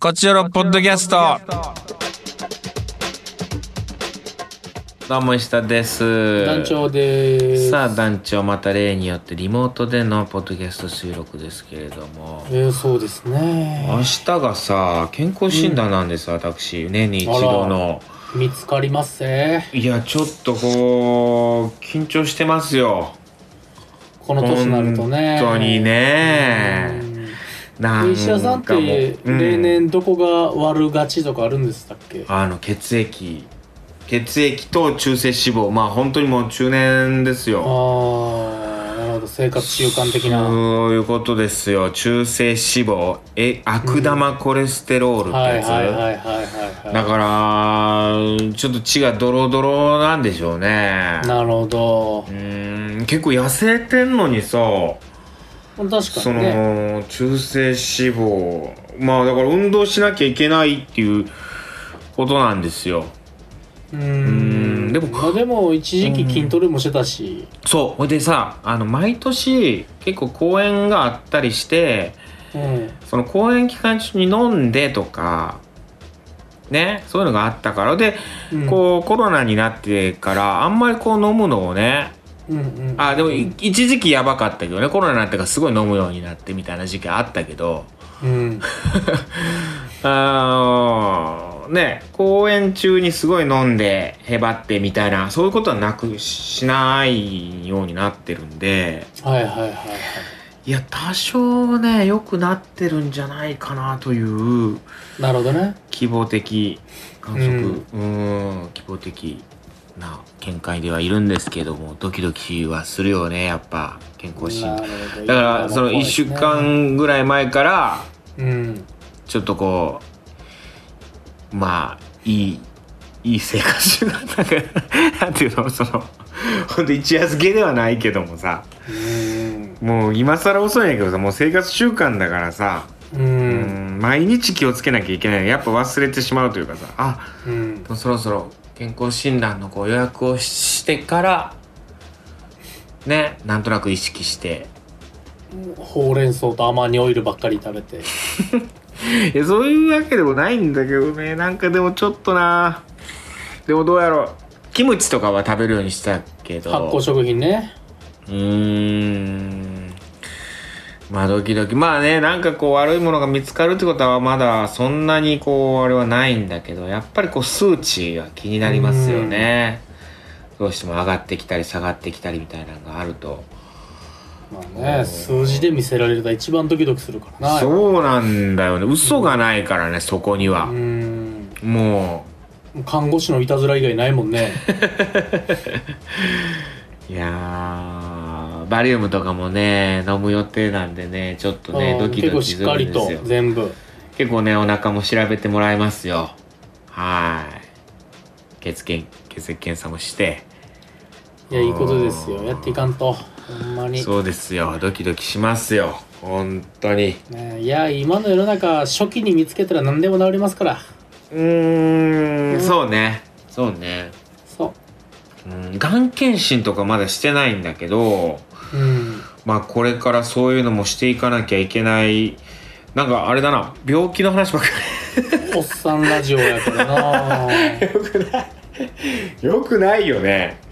こちらのポッドキャスト。どうも石田です。団長です。さあ団長また例によってリモートでのポッドキャスト収録ですけれども。えー、そうです明ね。日がさ健康診断なんです、私年に一度の見つかりますね。いやちょっとこう緊張してますよこの年になるとね。本当にねなうん。んで石田さんっかもてうん例年どこが悪がちとかあるんでしたっけ？あの血液血液と中性脂肪まあ本当にもう中年ですあよあ、なるほど。生活習慣的な。そういうことですよ中性脂肪え悪玉コレステロールってはいはいやつ、はいはいはいはい。だからちょっと血がドロドロなんでしょうねなるほどう。ーん結構痩せてんのにさ、確かそにね。の中性脂肪まあだから運動しなきゃいけないっていうことなんですよううんでもまあでも一時期筋トレもしてたし。そうほいでさあの毎年結構公演があったりしてうん。その公演期間中に飲んでとかねそういうのがあったからで、うんこうコロナになってからあんまりこう飲むのをねうんうん。あでもい一時期やばかったけどねコロナになってからすごい飲むようになってみたいな時期あったけどうん。あのね公演中にすごい飲んでへばってみたいなそういうことはなくしないようになってるんではいはいはいはい。いや多少ね良くなってるんじゃないかなというなるほどね。希望的観測うんん希望的な見解ではいるんですけどもドキドキはするよねやっぱ健康診な断るほどだからその1週、間ぐらい前からうん、ちょっとこうまあいいいい生活習慣だから なんていうのそのほんと一夜漬けではないけどもさうんもう今更遅いんやけどさもう生活習慣だからさ、ううんん毎日気をつけなきゃいけないやっぱ忘れてしまうというかさあうんもうそろそろ健康診断のこう予約をしてからねなんとなく意識してほうれん草とアマニオイルばっかり食べていやそういうわけでもないんだけどねなんかでもちょっとなでもどうやろうキムチとかは食べるようにしたけど発酵食品ねうーんまあドキドキまあねなんかこう悪いものが見つかるってことはまだそんなにこうあれはないんだけどやっぱりこう数値が気になりますよねどうしても上がってきたり下がってきたりみたいなのがあるとまあね数字で見せられると一番ドキドキするからなそうなんだよね嘘がないからねそこにはうんもう看護師のいたずら以外ないもんねいやーバリウムとかもね飲む予定なんでねちょっとねうドんキ結ド構キしすっかるりんですとよ全部結構ねお腹も調べてもらいますよはーい血検血液検査もしていやいいことですようんやっていかんとほんまに、そうですよドキドキしますよ本当にね、いや今の世の中初期に見つけたら何でも治りますからうーんそうねそうねそうんがん検診とかまだしてないんだけどううんまあこれからそういうのもしていかなきゃいけないなんかあれだな病気の話ばっかりおっさんラジオやからな よくないよね。うん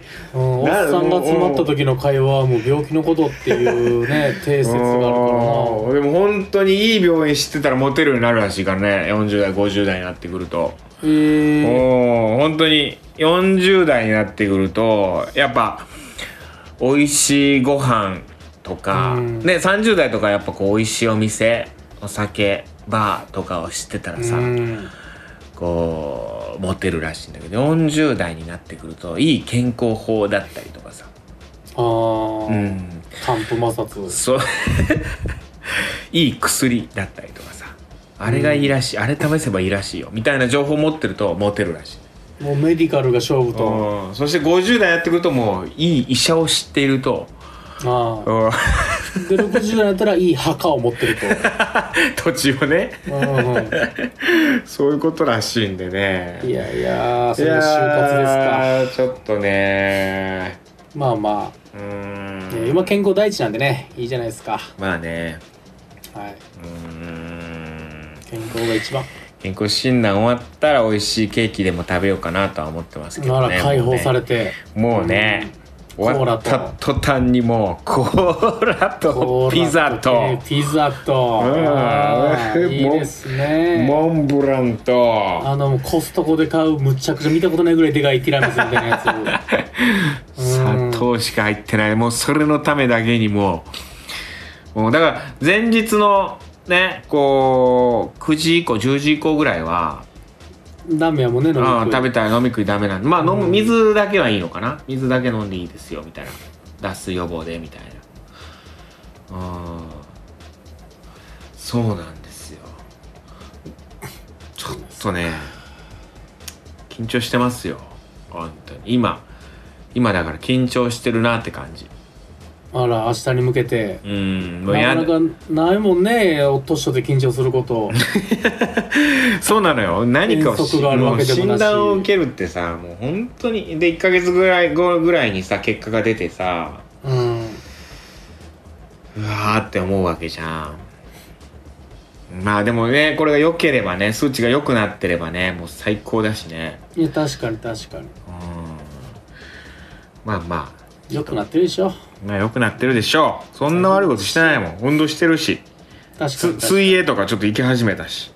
おっなさんが詰まった時の会話はもう病気のことってい うね定説があるからうんでも本当にいい病院知ってたらモテるようになるらしいからね40代50代になってくると、なえー、おー本当に40代になってくるとやっぱ美味しいご飯とか、うんね30代とかやっぱこう美味しいお店お酒バーとかを知ってたらさ、うんこうモテるらしいんだけど40代になってくるといい健康法だったりとかさ、あー、うん、寒風摩擦そう いい薬だったりとかさあれがいいらしい、あれ試せばいいらしいよみたいな情報持ってるとモテるらしいもうメディカルが勝負とうんそして50代やってくるともういい医者を知っているとあうんーで60代になったらいい墓を持ってる 土地をねと、うんうそういうことらしいんでねん、いやいやそいれやが就活ですかーちょっとねまあまうーあ、んえー今健康第一なんでねいいじゃないですかまあねはいうーん健康が一番健康診断終わったら美味しいケーキでも食べようかなとは思ってますけなどねら解放されてもうねうん終わった途端にもうコーラコとーラピザとピザとうんあーいいですねモンブランとあのコストコで買うむちゃくちゃ見たことないぐらいでかいティラミスみたいなやつ 砂糖しか入ってないもうそれのためだけにもうもうだから前日のねこう9時以降10時以降ぐらいはうんラーメンやもんね飲みうん、食い食べたら飲み食いダメなんでまあ飲むうん水だけはいいのかな水だけ飲んでいいですよみたいな脱水予防でみたいなうんそうなんですよちょっとね緊張してますよ本当に今今だから緊張してるなって感じあら明日に向けてうんもうやなかなかないもんねお年とで緊張することそうなのよ何かを遠足があるわけでもな診し断を受けるってさもう本当にで1ヶ月ぐらい後ぐらいにさ結果が出てさうんうわーって思うわけじゃんまあでもねこれが良ければね数値が良くなってればねもう最高だしねいや確かに確かにうんまあまあ良くなってるでしょまあ良くなってるでしょうそんな悪いことしてないもん運動してるし確かに す確かに水泳とかちょっと行き始めたし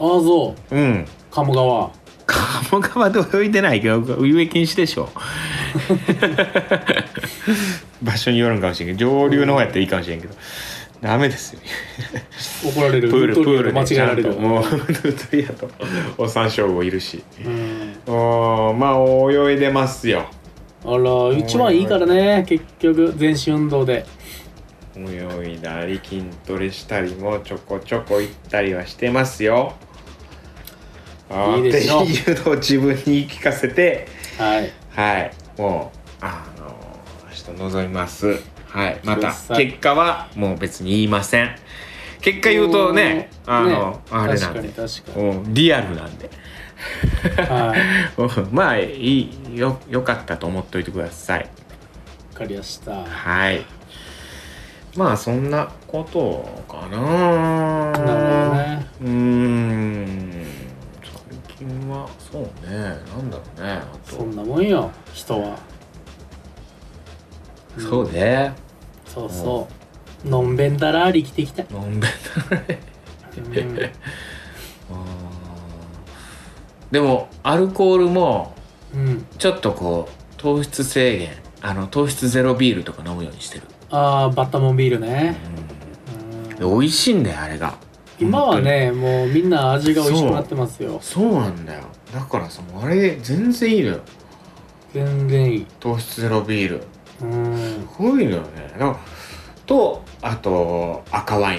ああそううん鴨川鴨川で泳いでないけど遊泳禁止でしょ 場所によるんかもしれんけど上流の方やったらいいかもしれんけどダメですよ怒られるプールプウトリアーとル間で違えちゃらんれとるもうウトリアとお三章号いる しうんおまあ泳いでますよあら一番いいからね結局全身運動で泳いだり筋トレしたりもちょこちょこ行ったりはしてますよあーいいでしょっていうのを自分に言い聞かせてはいはい、もう、あの、明日望みます。はい、またくだ、さい結果はもう別に言いません。結果言うとね、おーあの、ねあれなんで確。かに確かうんリアルなんでにはいうんまあいいよよかったと思っておいてください分かりましたはいまあそんなことかななるほどねうーん最近はそうねなんだろうねあとそんなもんよ人はそうねそうそうのんべんだらり生きていき たい、飲んでたねうんでもアルコールもうん、ちょっとこう糖質制限あの糖質ゼロビールとか飲むようにしてる、ああバッタモンビールね、でうん美味しいんだよあれが今はねもうみんな味が美味しくなってますよそうなんだよだからさもうあれ全然いいのよ全然いい糖質ゼロビールうんすごいのよねだからとあと赤ワイン、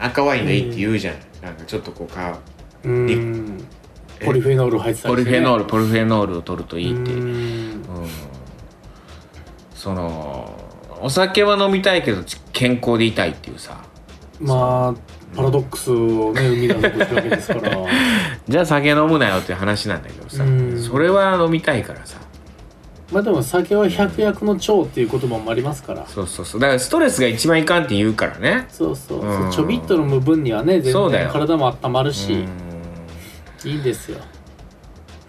うん、赤ワインがいいって言うじゃない、なんかちょっとこうかうんポリフェノール入ってたポリフェノールルポリフェノールを取るといいってうんうんそのお酒は飲みたいけどち健康でいたいっていうさまあパラドックスをね生み出してるわけですから じゃあ酒飲むなよっていう話なんだけどさうんそれは飲みたいからさまあでも酒は百薬の長っていう言葉もありますからそうそうそうだからストレスが一番いかんって言うからねそうそううそんうちょびっとの無分にはね全そうだ然よ体も温まるうしんいいんですよ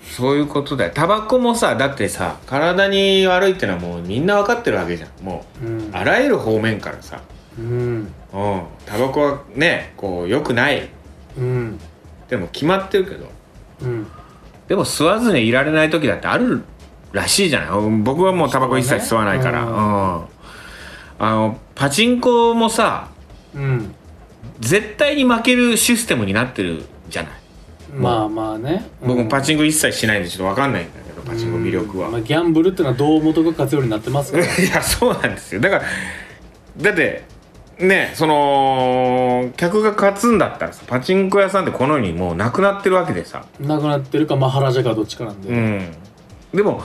そういうことだよタバコもさだってさ体に悪いってのはもうみんな分かってるわけじゃんもうんうあらゆる方面からさうんうんタバコはねこう良くないうんでも決まってるけどうんでも吸わずにいられない時だってあるらしいじゃないうん僕はもうタバコ一切吸わないから、そううんねうんあのパチンコもさうん絶対に負けるシステムになってるじゃないまあまあね僕もパチチンコ一切しないんでちょっと分かんないんだけどパチンコ魅力は、まあ、ギャンブルっていうのはどう元が勝つようになってますか らいやそうなんですよだからだってねその客が勝つんだったらさパチンコ屋さんってこの世にもうなくなってるわけでさなくなってるかマハラジャかどっちかなんで、うんでも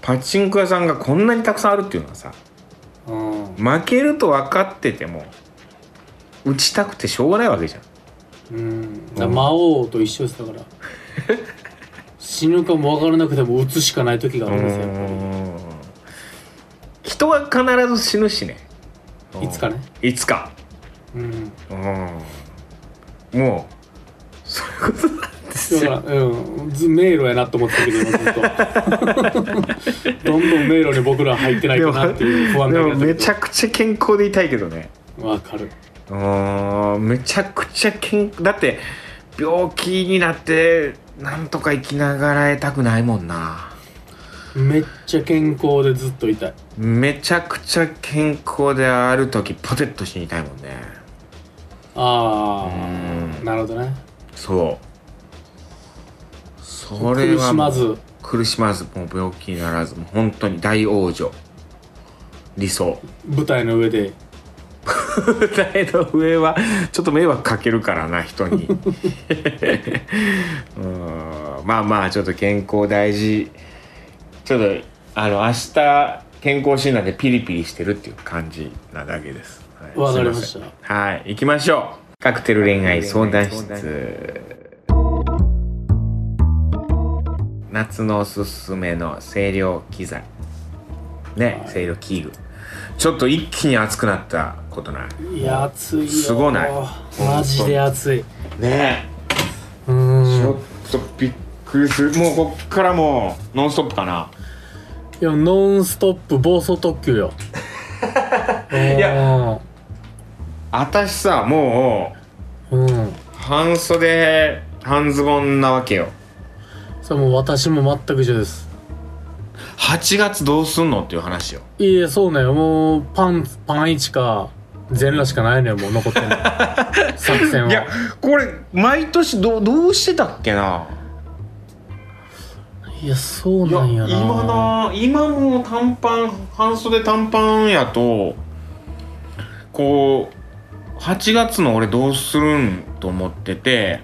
パチンコ屋さんがこんなにたくさんあるっていうのはさうん負けると分かってても打ちたくてしょうがないわけじゃんうん、だから魔王と一緒ですだから 死ぬかも分からなくても打つしかない時があるんですよやっぱうーん人は必ず死ぬしねりいつかねいつかうんうんもうそういうことなんですよだから、うん、ず迷路やなと思ってたけど、今 ずっと。どんどん迷路に僕らは入ってないかなっていう不安でがもあめちゃくちゃ健康でいたいけどねる。わかる。うーんめちゃくちゃ健だって病気になってなんとか生きながらえたくないもんなめっちゃ健康でずっといたい。めちゃくちゃ健康である時ポテッと死にたいもんねあうあ、んなるほどね。そうそれ苦はしもまうず。苦しまずもう病気にならずもう本当に大往生理想舞台の上で舞台の上はちょっと迷惑かけるからな人 にうんまあまあちょっと健康大事ちょっとあの明日健康診断でピリピリしてるっていう感じなだけですはいわかりますしいまた。せんはい行きましょうカクテル恋愛相談室夏のおすすめの清涼機材ね、はい清涼器具ちょっと一気に熱くなったことないいや、暑いよ。すごないマジで暑い。うねえーん。ちょっとびっくりするもうこっからもうノンストップかないや、ノンストップ暴走特急 よ。いや、私さもうん。う半袖半ズボンなわけよそれもう私も全く一緒です。 8月どうすんのっていう話よいや、そうね。もう、パン、パン一か、全裸しかないのよ、もう残ってん の。作戦いやは。これ毎年どうどうしてたっけないや、そういなんやな。今な今もう短パン半袖短パンやとこう8月の俺どうするんと思ってて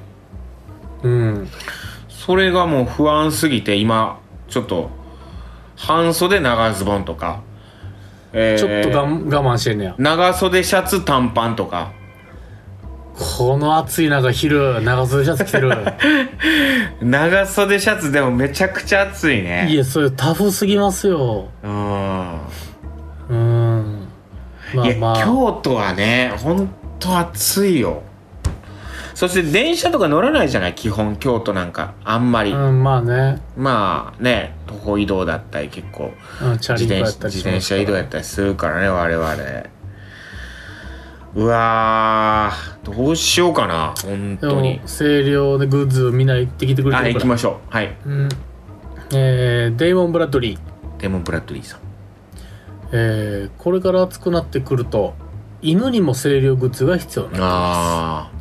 うん。それがもう不安すぎて今ちょっと半袖長ズボンとか、えーちょっとがん我慢してんねや。長袖シャツ短パンとかこの暑い中、昼、長袖シャツ着 てる。長袖シャツでもめちゃくちゃ暑いねいや、それタフすぎますよ。うん、うーん。まあいやまあ。京都はねほんと暑いよそして電車とか乗らないじゃない基本京都なんかあんまり、うん、まあね。まあね徒歩移動だったり結構うん、チャ自リンコ転やっ自たりし転車ますから移動やったりするからね我々うわーどうしようかな本で当にも、清涼でグッズみんな行ってきてくれてある行かきら。ましょうはいうん。えー、デイモン・ブラッドリー。デモン・ブラッドリーさんえー、これから暑くなってくると、犬にも清涼グッズが必要になってきまあす。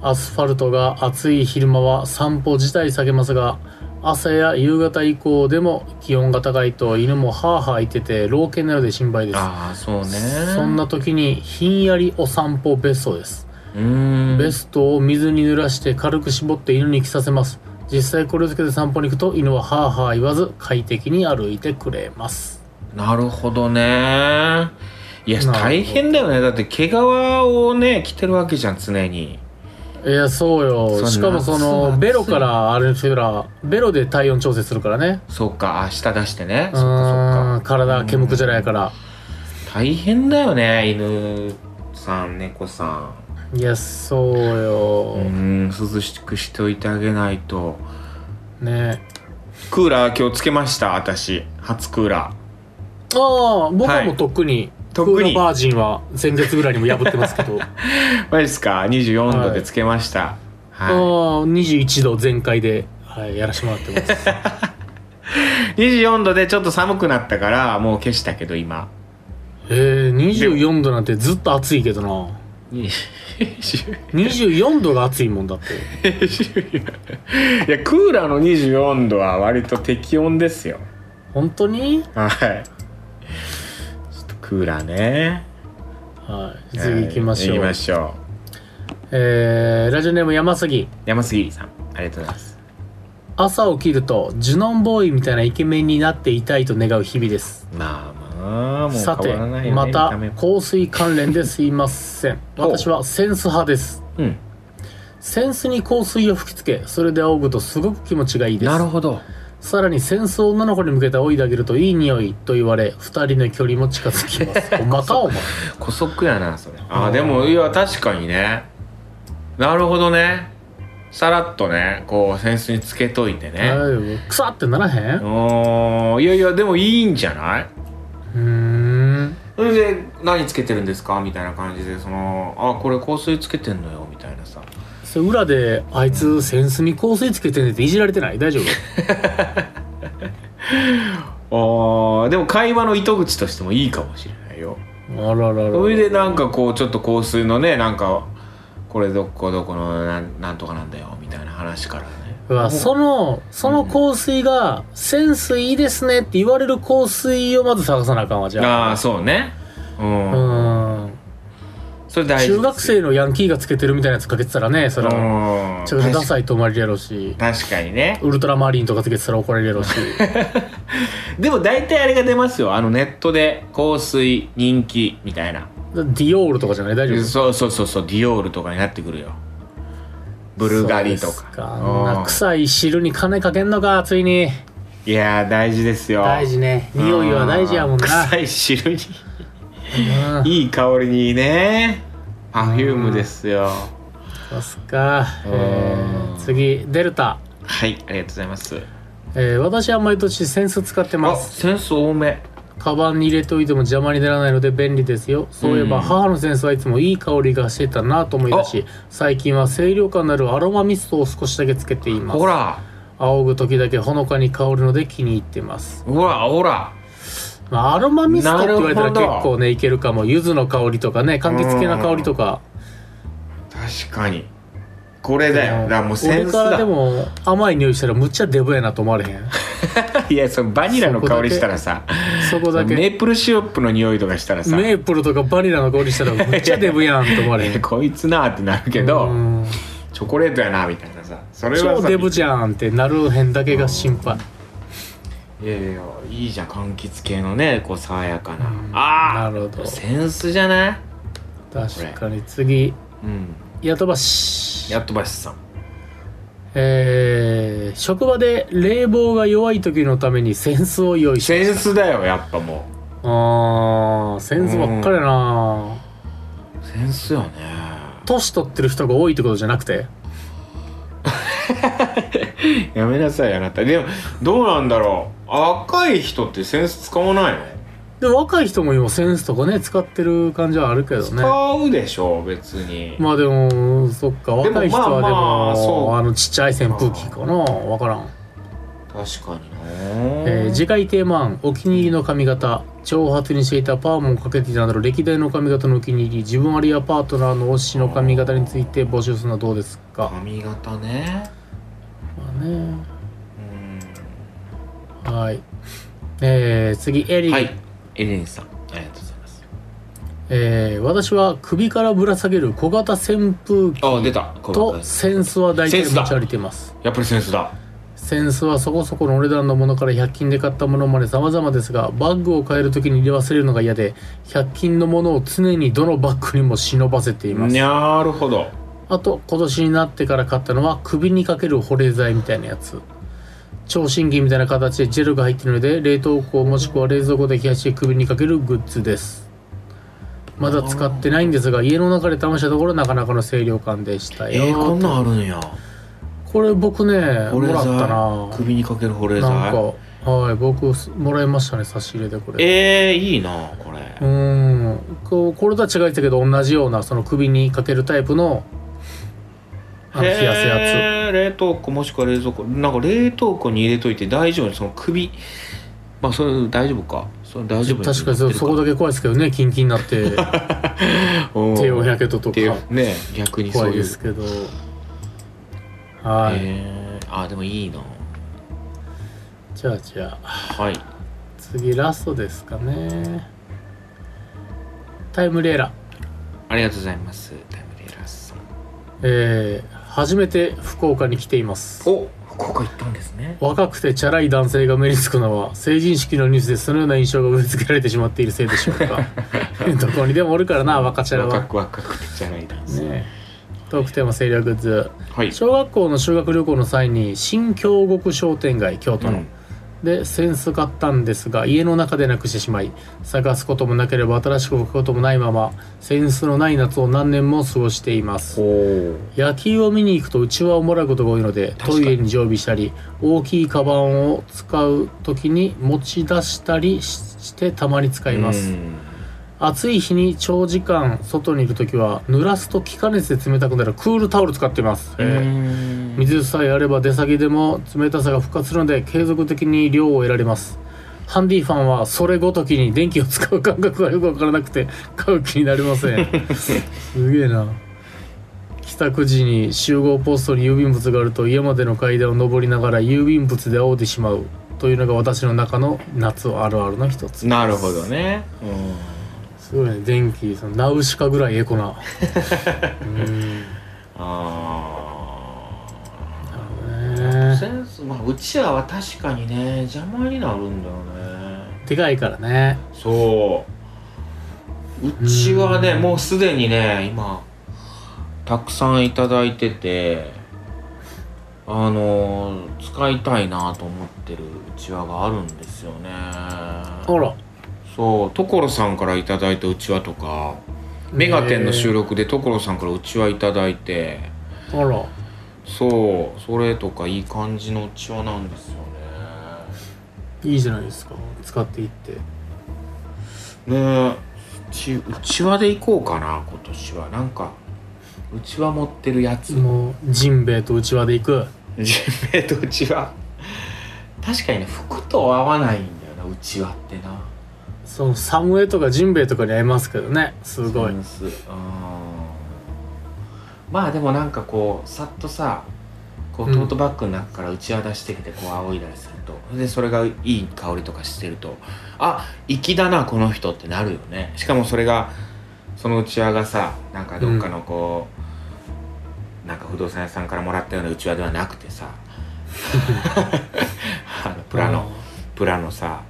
アスファルトが暑い昼間は散歩自体下げますが、朝や夕方以降でも気温が高いと犬もハーハー言ってて老犬のようで心配でーす。あーそうねそんな時にひんやりお散歩ベストです、うーんベストを水に濡らして軽く絞って犬に着させます実際これをつけて散歩に行くと犬はハーハー言わず快適に歩いてくれますなるほどね。いやなるほど大変だよねだって毛皮をね着てるわけじゃん常にいやそうよそんなしかもそうそなのんですベロからあれしてらベロで体温調整するからねそっかあ下出してねうそっかーん体煙くじゃないからそっか大変だよね犬さん猫さいやそうんうよ、ん涼しくしておいてあげないとねクーラー今日つけました私初クーラああ僕ははいもうとっくに、とっクくーラにーバージンは先月ぐらいにも破ってます けどーマジですか24度でつけました、ああは21度全開で、はい、やらせてもらって ますい、24度でちょっと寒くなったからもう消したけど今えー、24度なんてずっと暑いけどな20 24度が暑いもんだっていやクーラーの24度は割と適温ですよ本当にはいちょっとクーラーねはい次行きましょはう、い行きましょえーラジオネーム山杉う山杉さんありがとうございます朝起きるとジュノンボーイみたいなイケメンになっていたいと願う日々ですまあまあもうさて変わらないよねま見ためも香水関連ですいま せんほう私はセンス派ですうんセンスに香水を吹きつけそれで仰ぐとすごく気持ちがいいですなるほどさらに戦争女の子に向けて追いであげるといい匂いと言われ二人の距離も近づ きますほんまかお前古速やなそれあうーんでもいや確かにねなるほどねさらっとねこう扇子につけといてね、はいくさってならへんうおーいやいやでもいいんじゃないーんそれで「何つけてるんですか?」みたいな感じで「そのあこれ香水つけてんのよ」みたいなさそれ裏であいつ扇子に香水つけてんねんっていじられてない大丈夫あーでも会話の糸口としてもいいかもしれないよあらららそれでなんかこうちょっと香水のねなんかこれどこどこのなんなんとかなんだよみたいな話からねうわそのその香水が「センスいいですね」って言われる香水をまず探さなあかんわじゃあああーそうねう、うんんそれ大事中学生のヤンキーがつけてるみたいなやつかけてたらねそれはうんちょっとダサいと思われるやろうし確かにねウルトラマリンとかつけてたら怒られるやろ うしでも大体あれが出ますよあのネットで香水人気みたいなディオールとかじゃない大丈夫そうそうそうそうディオールとかになってくるよブルガリとそうかですあんうんな臭い汁に金かけんのかついにいやー大事ですよ大事ね匂いは大事やもんなう臭い汁にうんいい香りにねパフュームですよそうっすか、えーうん次デルタ、はいありがとうございますえー私は毎年扇子使ってあますセンス多めカバンに入れておいても邪魔にならないので便利ですよそういえばうん母のセンスはいつもいい香りがしてたなと思い出し最近は清涼感のあるアロマミストを少しだけつけていますほら仰ぐ時だけほのかに香るので気に入ってます、ほらほらまあ、アロマミストって言われたらなるほど結構ねいけるかも柚子の香りとかね柑橘系の香りとか確かにこれだよだからもうセ俺ンスからだでも甘い匂いしたらむっちゃデブやなと思われへん いやそのバニラの香りしたらさそこだけメープルシロップの匂いとかしたらさメープルとかバニラの香りしたらむっちゃデブやんと思われへんこいつなーってなるけど、うんチョコレートやなみたいなさそれは超さデブじゃんってなるへんだけが心配いやいやいいじゃん柑橘系のねこう爽やかな、うんあなるほどあセンスじゃない確かに次うんヤトバシやっとばしさんえー、職場で冷房が弱い時のために扇子を用意しまセしンスだよやっぱもたあー扇子ばっかりやなうセンスよね年取ってる人が多いってことじゃなくてやめなさいあなたでもどうなんだろう若い人ってセンス使わないの、で若い人も今扇子とかね使ってる感じはあるけどね使うでしょ別に、まあでもそっかでも若い人はでもまあまあそうあのちっちゃい扇風機かなわからん確かにな、えー次回テーマ案お気に入りの髪型長髪にしていたパーマをかけていたなど歴代の髪型のお気に入り自分あるいはパートナーの推しの髪型について募集するのはどうですか、髪型ねまあね、うんはい、えー次エリー、はいエレンさんありがとうございますえー私は首からぶら下げる小型扇風機あ出たとセンスは大セ体ン持スだち歩いていますやっぱりセンスだセンスはそこそこのお値段のものから100均で買ったものまで様々ですがバッグを買える時に入れ忘れるのが嫌で100均のものを常にどのバッグにも忍ばせていますなるほどあと今年になってから買ったのは首にかける保冷剤みたいなやつ超新規みたいな形でジェルが入っているので冷凍庫もしくは冷蔵庫で冷やして首にかけるグッズですまだ使ってないんですが家の中で試したところなかなかの清涼感でしたよ、えー、こんなんあるんやこれ僕ねもらったな首にかける保冷剤なんかはい僕すもらいましたね差し入れでこれえー、いいなこれうーんこうこれとは違いだけど同じようなその首にかけるタイプのあの冷やすえやー冷凍庫もしくは冷蔵庫なんか冷凍庫に入れといて大丈夫その首まあそれ大丈夫かそれ大つ丈夫確かにそそこだけ怖いですけどねキンキンになって手をやけけどとか手をね逆にそ怖ういいうですけどはい、えー、あでもいいなじゃあじゃあはい次ラストですかねタイムレーラーありがとうございますタイムレーラーさんえー初めて福岡に来ていますお福岡行ったんですね若くてチャラい男性が目につくのは成人式のニュースでそのような印象が植え付けられてしまっているせいでしょう かどこにでもおるからな若チャラ若は、く若くてじゃないダンス、ね、トークテーマ清涼グッズはい小学校の修学旅行の際に新京極商店街京都の、でセンス買ったんですが家の中でなくしてしまい探すこともなければ新しく置くこともないままセンスのない夏を何年も過ごしていますおお野球を見に行くとうちわをもらうことが多いので確かトにイレに常備したり大きいカバンを使う時に持ち出したりししてたまに使います、暑い日に長時間外にいる時は濡らすと気化熱で冷たくなるクールタオル使ってます、水さえあれば出先でも冷たさが復活するので継続的に量を得られますハンディファンはそれごときに電気を使う感覚がよくわからなくて 買う気になりませんすげえな帰宅時に集合ポストに郵便物があると家までの階段を上りながら郵便物で仰いでしまうというのが私の中の夏あるあるの一つなるほどね、すごいね電気そのナウシカぐらいエコなうんあなるほあどねセンスまあうちわは確かにね邪魔になるんだよねでかいからねそううちはねうんもうすでにね今たくさんいただいててあのー使いたいなと思ってるうちわがあるんですよねあらそう所さんからいただいたうちわとか『メガテン』の収録で所さんからうちわいただいてあらそうそれとかいい感じのうちわなんですよいいじゃないですか使っていってねねえうちうちわでいこうかな今年はなんかうちわ持ってるやつもうジンベエとうちわで行くジンベエとうちわ確かにね服と合わないんだよなうちわってなそのサムエとかジンベエとかに会えますけどねすごいセンスうんまあでもなんかこうさっとさこううんトートバッグの中からうちわ出してきてこう仰いだりすると、でそれがいい香りとかしてるとあ粋だなこの人ってなるよねしかもそれがそのうちわがさなんかどっかのこう、なんか不動産屋さんからもらったようなうちわではなく てさあのプラのプラのさ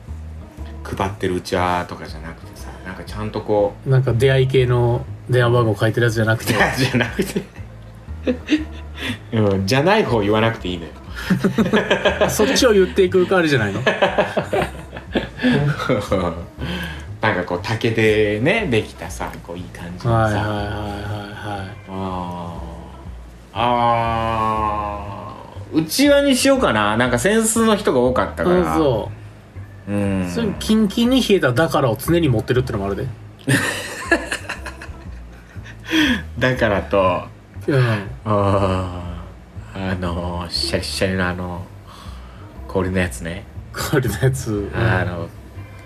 配ってるうちわとかじゃなくてさなんかちゃんとこうなんか出会い系の電話番号書いてるやつじゃなくてじゃなくて、うん、じゃない方言わなくていいのよそっちを言っていく代わりじゃ ないのなんかこう竹でねできたさこういい感じのさ、はいはいはいはいはいあーあーうちわにしようかななんか扇子の人が多かったから、、そううんそう、キンキンに冷えただからを常に持ってるってのもあるでだからとうんあーあのーシャリシャリのあの氷のやつね、氷のやつ、うんああの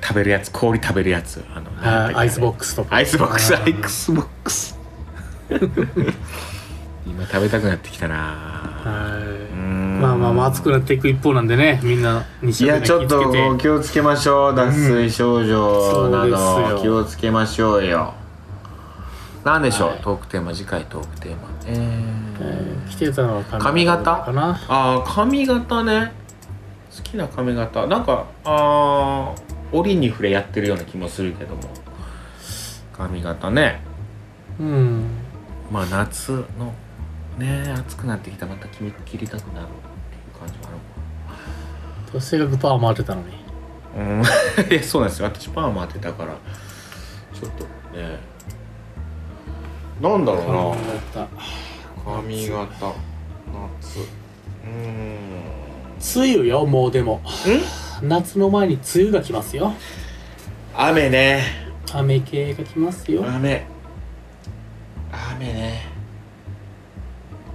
食べるやつ氷食べるやつあのなんだっけアイスボックスとかアイスボックスあアーイスボックス 今食べたくなってきたなはういーんまあまあまあ暑くなっていく一方なんでねみんなにいやちょっとこう気をつけましょう脱水症状なそうですどよ気をつけましょうよなんでしょう、はいトークテーマ次回トークテーマええーー、来てたのは髪型かなああ髪型ね好きな髪型なんかあー折に触れやってるような気もするけども髪型ねうんまあ夏のね暑くなってきたらまた切り切りたくなるっていう感じも性格パーマ当てたのにあるのかなうん いやそうなんですよ私パーマ当てたからちょっとねなんだろ型うな髪型夏うーん梅雨よもうでも夏の前に梅雨が来ますよ雨ね雨系が来ますよ雨雨ね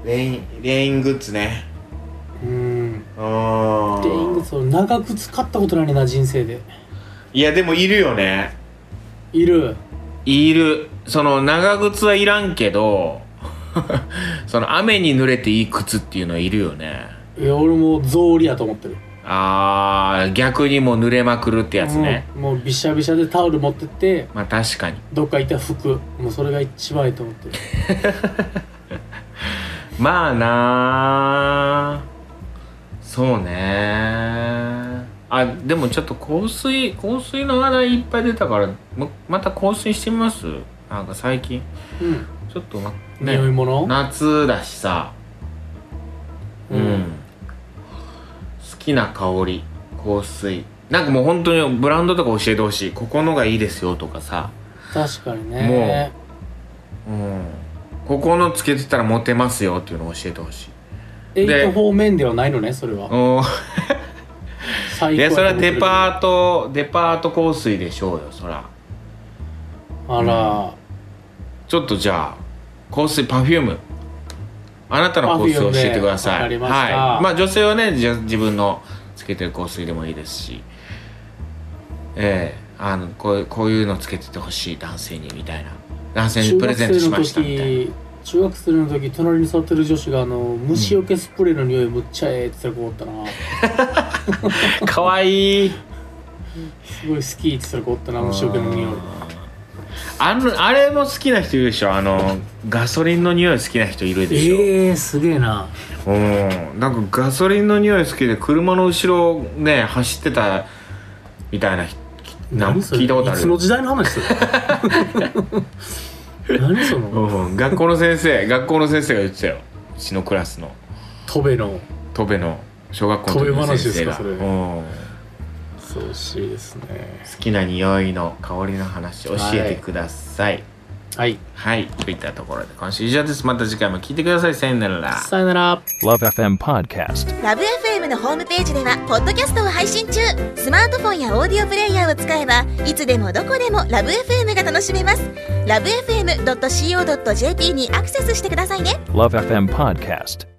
レインレイングッズねうんうーんレイングッズを長く使ったことないねんな人生でいやでもいるよねいるいるその長靴はいらんけど その雨に濡れていい靴っていうのはいるよねいや俺も草履やと思ってるあー逆にもう濡れまくるってやつね、うんもうびしゃびしゃでタオル持ってってまあ確かにどっか行ったら服もうそれが一番いいと思ってるまあなあそうねあでもちょっと香水香水の話題いっぱい出たからもまた香水してみますなんか最近うんちょっとま匂い物夏だしさうん、うん好きな香り香水なんかもう本当にブランドとか教えてほしいここのがいいですよとかさ確かにねうんここのつけてたらモテますよっていうのを教えてほしいエイでト方面ではないのねそれはお最い高やそれはデーパートデパート香水でしょうよそらあらちょっとじゃあ香水パフュームあなたの香水を教えてください、 Perfume ねわかりましたはい、まあ女性はねじゃ自分のつけてる香水でもいいですしええあのこういうこういうのつけててほしい男性にみたいな男性中にプレ学ゼント生しのましたみたいな時中学生の時隣に座ってる女子があの虫除けスプレーの匂いむっちゃええって言ったらこったな かわいいすごい好きって言ったらこったな虫除けの匂いあのあれも好きな人いるでしょあのガソリンの匂い好きな人いるでしょ、ええすげえなうん、なんかガソリンの匂い好きで車の後ろをね走ってたみたいなひなんか何それ聞いたことあるいつの時代の話す る何そのうん、学校の先生学校の先生が言ってたようちのクラスの戸辺の戸辺の小学校の時の先生が戸辺話ですかそれうん、好そうしいですねきな匂いの香りの話教えてくださいはいはい、といったところで今週以上ですまた次回も聞いてくださいさよならさよなら Love FM Podcast. ラブ f m のホームページではポッドキャストを配信中スマートフォンやオーディオプレイヤーを使えばいつでもどこでもラブ f m が楽しめますラブ FM.co.jp にアクセスしてくださいね Love FM Podcast.